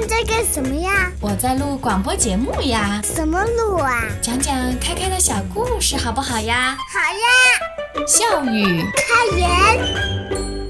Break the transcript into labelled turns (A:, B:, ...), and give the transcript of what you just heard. A: 们在干什么呀？
B: 我在录广播节目呀，
A: 什么路啊？
B: 讲讲开开的小故事好不好呀？
A: 好呀，
B: 笑语。
A: 开园。